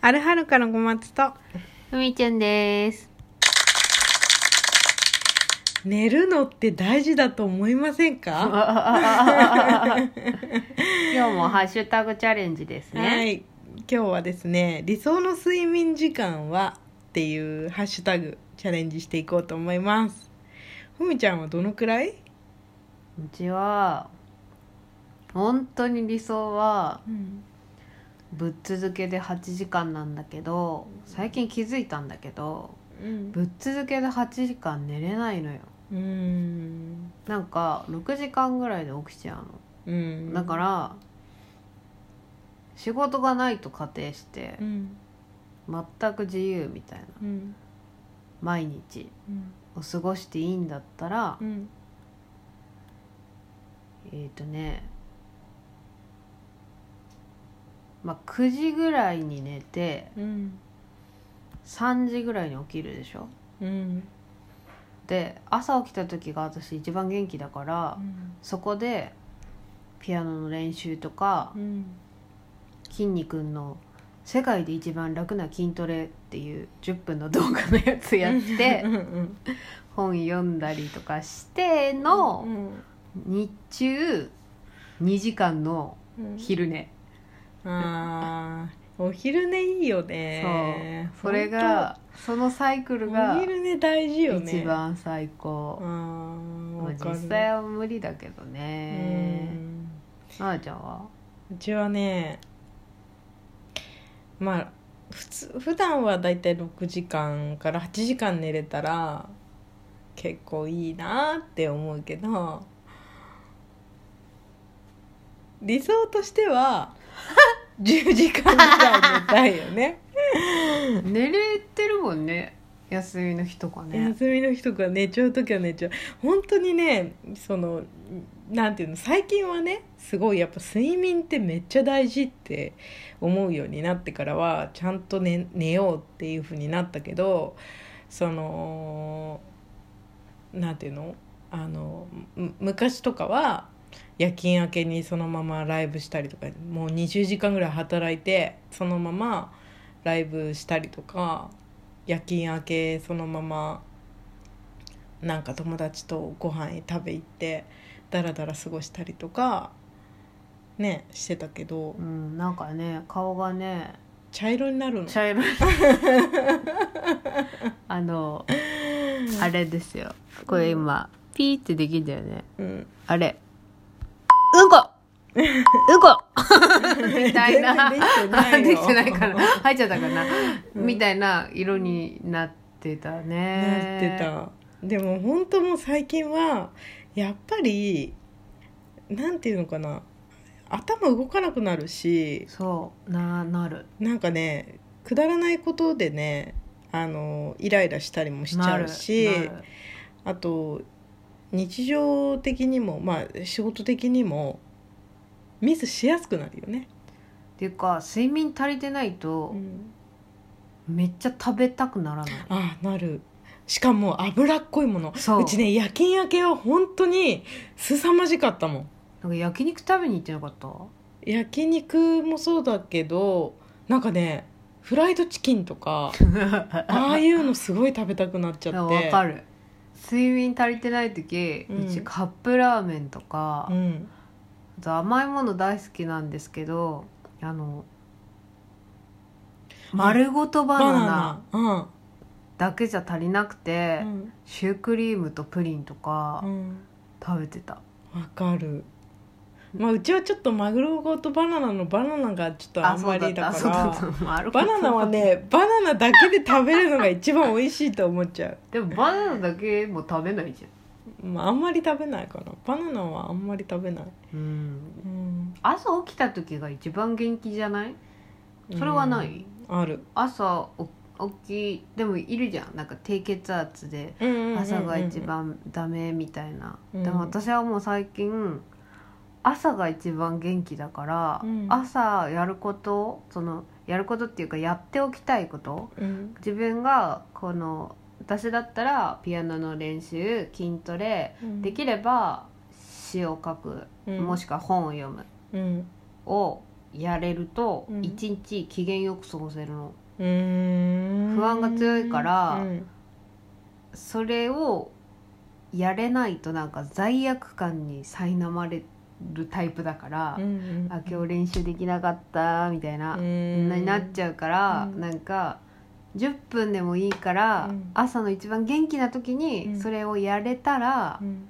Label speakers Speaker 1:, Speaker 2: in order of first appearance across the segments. Speaker 1: あるはるかの小松と
Speaker 2: ふみちゃんです。
Speaker 1: 寝るのって大事だと思いませんか、
Speaker 2: 今日もハッシュタグチャレンジです
Speaker 1: は
Speaker 2: ね。
Speaker 1: い今日はですね理想の睡眠時間はっていうハッシュタグチャレンジしていこうと思いますふみちゃんはどのくらいう
Speaker 2: ちは、本当に理想は、
Speaker 1: うん
Speaker 2: ぶっ続けで8時間なんだけど、最近気づいたんだけど、
Speaker 1: うん
Speaker 2: ぶっ続けで8時間寝れないのよ。
Speaker 1: うん
Speaker 2: なんか、6時間ぐらいで起きちゃうの。だから、仕事がないと仮定して
Speaker 1: う、ん
Speaker 2: 全く自由みたいな、
Speaker 1: うん
Speaker 2: 毎日
Speaker 1: うん
Speaker 2: を過ごしていいんだったら
Speaker 1: う、ん
Speaker 2: えっ、とねまあ9時ぐらいに寝て
Speaker 1: うん
Speaker 2: 3時ぐらいに起きるでしょ
Speaker 1: うん
Speaker 2: で朝起きた時が私一番元気だからそこでピアノの練習とか
Speaker 1: うん
Speaker 2: 筋肉の世界で一番楽な筋トレっていう10分の動画のやつやって
Speaker 1: うんうん
Speaker 2: 本読んだりとかしての日中2時間の
Speaker 1: うん
Speaker 2: 昼寝
Speaker 1: あーお昼寝いいよね
Speaker 2: それがそのサイクル
Speaker 1: 本当
Speaker 2: が
Speaker 1: お昼寝大事よね
Speaker 2: 一番最
Speaker 1: あ
Speaker 2: 高、
Speaker 1: ー
Speaker 2: まあ
Speaker 1: わかる
Speaker 2: 実際は無理だけど
Speaker 1: う
Speaker 2: ね
Speaker 1: ん
Speaker 2: なあちゃんは
Speaker 1: うちはねまあ普通普段はだいたい6時間から8時間寝れたら結構いいなって思うけど理想としては 10時間ぐらい寝たいよね
Speaker 2: 寝れてるもんね休みの日とかね
Speaker 1: 休みの日とか寝ちゃう時は寝ちゃう本当にねそのなんていうの最近はねすごいやっぱ睡眠ってめっちゃ大事って思うようになってからはちゃんと寝寝ようっていうふうになったけどそのなんていうのあのむ昔とかは夜勤明けにそのままライブしたりとかもう20時間ぐらい働いてそのままライブしたりとか夜勤明けそのままなんか友達とご飯へ食べ行ってダラダラ過ごしたりとかねしてたけど
Speaker 2: うんなんかね顔がね
Speaker 1: 茶色になるの
Speaker 2: 茶色いあのあれですよこれ今ピーってできんだよね
Speaker 1: うん
Speaker 2: あれうんこう んこみたいな
Speaker 1: 全然で
Speaker 2: で
Speaker 1: き
Speaker 2: き
Speaker 1: て
Speaker 2: て
Speaker 1: な
Speaker 2: ないい
Speaker 1: よ
Speaker 2: から 入っちゃったかな、
Speaker 1: うん
Speaker 2: みたいな色になってた
Speaker 1: なって
Speaker 2: ね
Speaker 1: たでも本当もう最近はやっぱりなんていうのかな頭動かなくなるし
Speaker 2: そうななる
Speaker 1: なんかねくだらないことでねあのイライラしたりもしちゃうし
Speaker 2: なるなる
Speaker 1: あと日常的にもまあ仕事的にもミスしやすくなるよね、
Speaker 2: っていうか睡眠足りてないとめっちゃ食べたくならない、
Speaker 1: ああなるしかも脂っこいもの
Speaker 2: そう
Speaker 1: うちね夜勤明けは本当に凄まじかったもん
Speaker 2: なんか焼肉食べに行ってなかった
Speaker 1: 焼肉もそうだけどなんかねフライドチキンと かああいうのすごい食べたくなっちゃっ
Speaker 2: わ
Speaker 1: て
Speaker 2: かる睡眠足りてない時、
Speaker 1: うん
Speaker 2: うちカップラーメンとか、
Speaker 1: うん
Speaker 2: あと甘いもの大好きなんですけどあの丸ごとバ
Speaker 1: バ
Speaker 2: ナナ
Speaker 1: ナナ
Speaker 2: だけじゃ足りなくて、
Speaker 1: うんうん
Speaker 2: シュークリームとプリンとか
Speaker 1: うん
Speaker 2: 食べてた、
Speaker 1: わかるまあうちはちょっとマグロごとバナナのバナナがちょっとあんまりだ
Speaker 2: そうだっ
Speaker 1: か
Speaker 2: たそうだったまああ
Speaker 1: ら
Speaker 2: るか
Speaker 1: バ
Speaker 2: も
Speaker 1: ナナはねバナナだけで食べるのが一番美味しいと思っちゃう
Speaker 2: でもバナナだけも食べないじ
Speaker 1: まああんまり食べないかなバナナはあんまり食べない、
Speaker 2: ゃんうん
Speaker 1: うん、
Speaker 2: 朝起きた時が一番元気じゃないそれはない、
Speaker 1: うんある
Speaker 2: 朝お起きでもいるじゃんなんか低血圧で朝が一番ダメみたいな、
Speaker 1: うん
Speaker 2: でも私はもう最近朝が一番元気だから、
Speaker 1: うん
Speaker 2: 朝やることそのやることっていうかやっておきたいこと、
Speaker 1: うん
Speaker 2: 自分がこの私だったらピアノの練習筋トレ
Speaker 1: うん
Speaker 2: できれば詩を書く、
Speaker 1: うん
Speaker 2: もしくは本を読む
Speaker 1: うん
Speaker 2: をやれると
Speaker 1: うん
Speaker 2: 一日機嫌よく過ごせるの、
Speaker 1: うーん
Speaker 2: 不安が強いから
Speaker 1: うん
Speaker 2: それをやれないとなんか罪悪感に苛まれるタイプだから、
Speaker 1: うん
Speaker 2: あ今日練習できなかったみたいな、ななっちゃうから、
Speaker 1: うん
Speaker 2: なんか10分でもいいから、
Speaker 1: うん
Speaker 2: 朝の一番元気な時
Speaker 1: う
Speaker 2: に
Speaker 1: ん
Speaker 2: それをやれたら
Speaker 1: うん、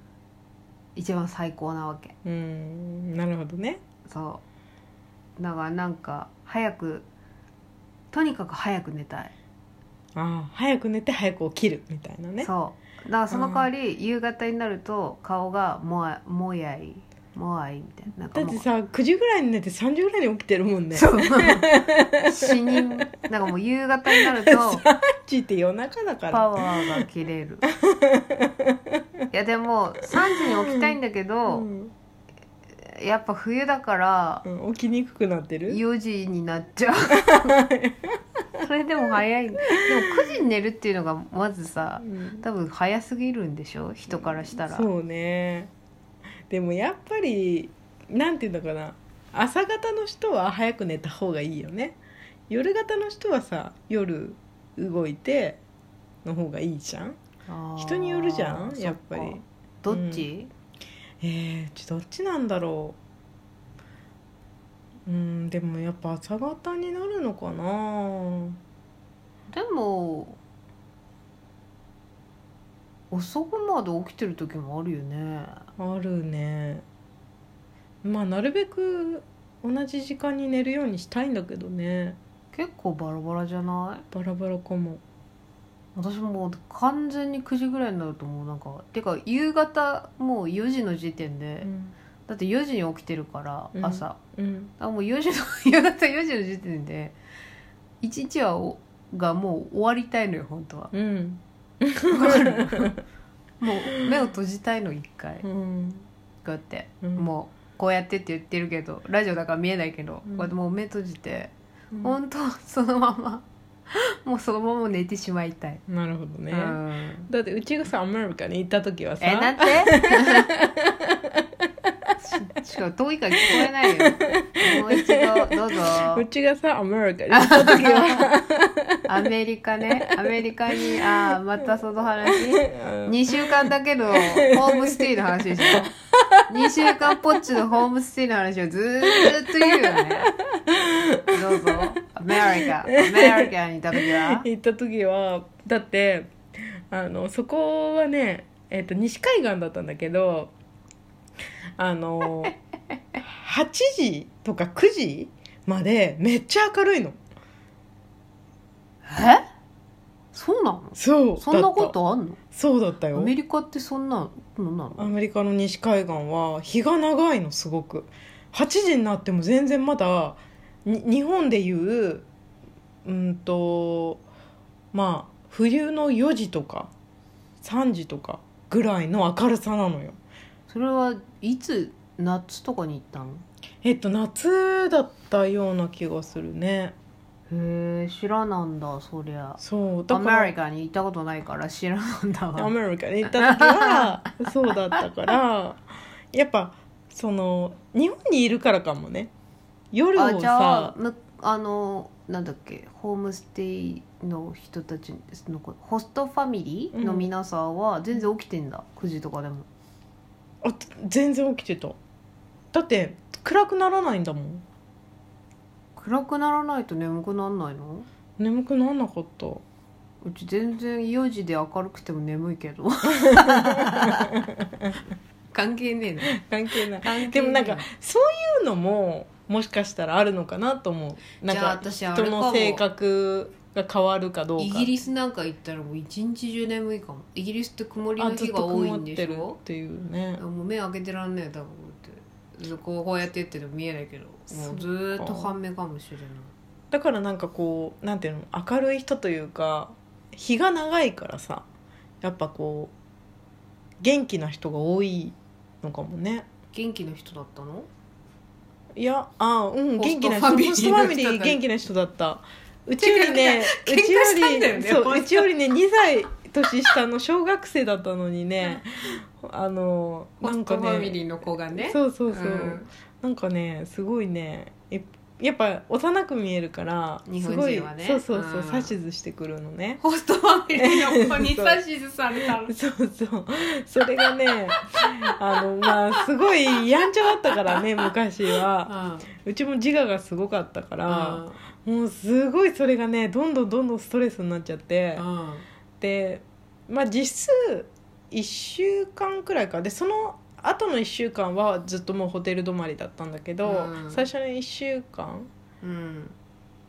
Speaker 2: 一番最高なわけ
Speaker 1: うん、なるほどね
Speaker 2: そうだからなんか早くとにかく早く寝たい、
Speaker 1: ああ早く寝て早く起きるみたいなね
Speaker 2: そうだからその代わり夕方になると顔がもあもやいもあいみたいななんか
Speaker 1: だっ
Speaker 2: もう
Speaker 1: てさ9時ぐらいに寝て3時ぐらいに起きてるもんね
Speaker 2: そ
Speaker 1: 3
Speaker 2: う 死人なんかもう夕方に なると
Speaker 1: 時って夜中だか
Speaker 2: パ
Speaker 1: ら
Speaker 2: ワーが切 れるいやでも3時に起きたいんだけど、
Speaker 1: うん
Speaker 2: やっぱ冬だから
Speaker 1: うん、起きにくくなってる
Speaker 2: 4時になっ ちゃうそれでも早いでも9時に寝るっていうのがまずさ
Speaker 1: うん
Speaker 2: 多分早すぎるんでしょ人からしたら
Speaker 1: そうねでもやっぱりなんていうのかな朝方の人は早く寝た方がいいよね夜型の人はさ夜動いての方がいいじゃん
Speaker 2: あー
Speaker 1: 人によるじゃん
Speaker 2: そっか
Speaker 1: やっぱり
Speaker 2: どっち、
Speaker 1: えー、ちょどっちなんだろううんでもやっぱ朝方になるのかな
Speaker 2: でも遅くまで起きてる時もあるよね
Speaker 1: あるねまあなるべく同じ時間に寝るようにしたいんだけどね
Speaker 2: 結構バラバラじゃない
Speaker 1: バラバラかも
Speaker 2: 私もう完全に9時ぐらいになると思うなんかてか夕方もう4時の時点で、
Speaker 1: うん、
Speaker 2: だって4時に起きてるから
Speaker 1: うん
Speaker 2: 朝、
Speaker 1: うん、
Speaker 2: あもう4時の 夕方4時の時点で一日はおがもう終わりたいのよ本 当は
Speaker 1: うん、
Speaker 2: わかるもう目を閉じたいの一回こ
Speaker 1: うん、
Speaker 2: うやって、
Speaker 1: うん
Speaker 2: もうこうやってって言ってるけどラジオだから見えないけど、
Speaker 1: うん
Speaker 2: こうやってもう目閉じて、
Speaker 1: うん
Speaker 2: 本当そのままもうそのまま寝てしまいたい、
Speaker 1: なるほどね、
Speaker 2: うん
Speaker 1: だってうちがさアメリカに行った時はさ
Speaker 2: えなんて ししかも遠いから聞こえないよもう一度どうぞ
Speaker 1: う ちがさアメリカに行った時は
Speaker 2: アメリカねアメリカにああまたその話2週間だけのホームステイの話でしょ2週間ポッチのホームステイの話をずーっと言うよねどうぞアメリカアメリカにいた時は
Speaker 1: 行った時はだってあのそこはね、えっと西海岸だったんだけどあの 8時とか9時までめっちゃ明るいの
Speaker 2: えそうなの
Speaker 1: そう
Speaker 2: そんなこ
Speaker 1: だった
Speaker 2: とあんの
Speaker 1: そうだった
Speaker 2: ア
Speaker 1: よ
Speaker 2: メリカってそんなのなの
Speaker 1: アメリカの西海岸は日が長いのすごく8時になっても全然まだに日本でいううんとまあ冬の4時とか3時とかぐらいの明るさなのよ
Speaker 2: それはいつ夏とかに行ったの
Speaker 1: えっと夏だったような気がするね
Speaker 2: へえ知らなんだそりゃ
Speaker 1: そうだ
Speaker 2: ア
Speaker 1: から
Speaker 2: メリカに行ったことないから知らなんだわ
Speaker 1: アメリカに行った時はそうだったからやっぱその日本にいるからかもね夜
Speaker 2: あ
Speaker 1: を
Speaker 2: じゃ
Speaker 1: さ
Speaker 2: あむあのなんだっけホームステイの人たちのこホストファミリーの
Speaker 1: うん
Speaker 2: 皆さんは全然起きてんだ、9時とかでも
Speaker 1: あ全然起きてただって暗くならないんだもん
Speaker 2: 暗くならないと眠くなんないの
Speaker 1: 眠くなんなかった
Speaker 2: うち全然4時で明るくても眠いけ ど関係ねえな
Speaker 1: 関係ない
Speaker 2: 関係ねえ
Speaker 1: でもなんかそういうのももしかしたらあるのかなと思うなん
Speaker 2: じゃあ
Speaker 1: か
Speaker 2: 私あれ
Speaker 1: 人
Speaker 2: かも
Speaker 1: の性格が変わるかどうか
Speaker 2: イギリスなんか行ったらもう一日中眠いかもイギリスって曇り
Speaker 1: あ
Speaker 2: の
Speaker 1: ずっ
Speaker 2: 日が
Speaker 1: と
Speaker 2: 多い
Speaker 1: 曇っ
Speaker 2: んで
Speaker 1: て
Speaker 2: し
Speaker 1: る
Speaker 2: ょ
Speaker 1: っていうね
Speaker 2: もう目開けてらんねえ多分ってこうこうやってやってると見えないけどもうずーっと半目かもしれない
Speaker 1: だからなんかこうなんていうの明るい人というか日が長いからさやっぱこう元気な人が多いのかもね
Speaker 2: 元気な人だったの
Speaker 1: いやあうん
Speaker 2: ホス
Speaker 1: 元
Speaker 2: ト
Speaker 1: 気な
Speaker 2: ファ
Speaker 1: 人
Speaker 2: ミリー
Speaker 1: ホストファミリ
Speaker 2: の人
Speaker 1: ー
Speaker 2: だ
Speaker 1: 元気な人だったうちよりねう
Speaker 2: 喧嘩
Speaker 1: ちよ
Speaker 2: したんだよ
Speaker 1: り
Speaker 2: ね
Speaker 1: そ
Speaker 2: ホス
Speaker 1: う
Speaker 2: ト
Speaker 1: うちよりね2歳年下の小学生だったのにねあの
Speaker 2: ホ
Speaker 1: な
Speaker 2: ス
Speaker 1: ん
Speaker 2: ト
Speaker 1: か
Speaker 2: ファミリ
Speaker 1: ね
Speaker 2: ーの子がね
Speaker 1: そうそうそう、
Speaker 2: ん
Speaker 1: なんかねすごいねいやっぱ幼く見えるから
Speaker 2: 日
Speaker 1: す
Speaker 2: 本
Speaker 1: ごい
Speaker 2: 人はね
Speaker 1: そうそうそう
Speaker 2: うん
Speaker 1: 指図してくるのね
Speaker 2: ホストファミリーの子に指図されたの
Speaker 1: そうそうそれがねあのまあすごいやんちゃだったからね昔は
Speaker 2: あ
Speaker 1: うちも自我がすごかったからもうすごいそれがねどんどんどんどんストレスになっちゃってでまあ実質1週間くらいかでその後の1週間はずっともうホテル泊まりだったんだけど、
Speaker 2: うん
Speaker 1: 最初の1週間
Speaker 2: うん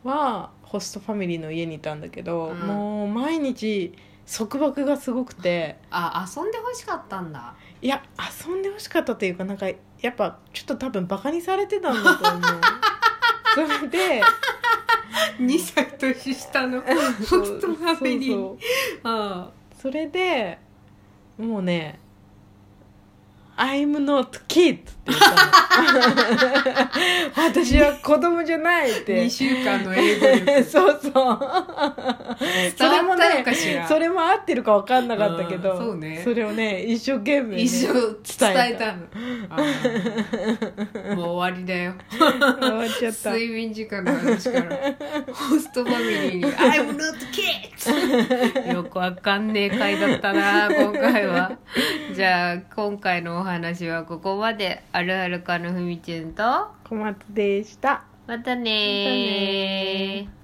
Speaker 1: はホストファミリーの家にいたんだけど、
Speaker 2: うん
Speaker 1: もう毎日束縛がすごくて
Speaker 2: あ遊んでほしかった んだ
Speaker 1: いや遊んでほしかったというかなんかやっぱちょっと多分バカにされてたんだと思う それで
Speaker 2: 2歳年 下のホストファミリー
Speaker 1: そうそう
Speaker 2: あ
Speaker 1: それでもうね「I'm not kid」って言ったの 私は子供じゃないって
Speaker 2: 2週間の英語 力
Speaker 1: そうそう
Speaker 2: 伝わったのかしら
Speaker 1: それも合ってるか分かんなかったけど、
Speaker 2: うんそうね
Speaker 1: れをね一生懸命、ね、
Speaker 2: 一生
Speaker 1: 伝えた
Speaker 2: 伝えたのあーもう終わりだよ
Speaker 1: 終わっちゃった
Speaker 2: 睡眠時間の話からホストファミリーに「I'm not kids!」よくわかんねえ回だったな今回はじゃあ今回のお話はここまであるあるかのふみちゅんと
Speaker 1: 小松でした
Speaker 2: またねー
Speaker 1: またね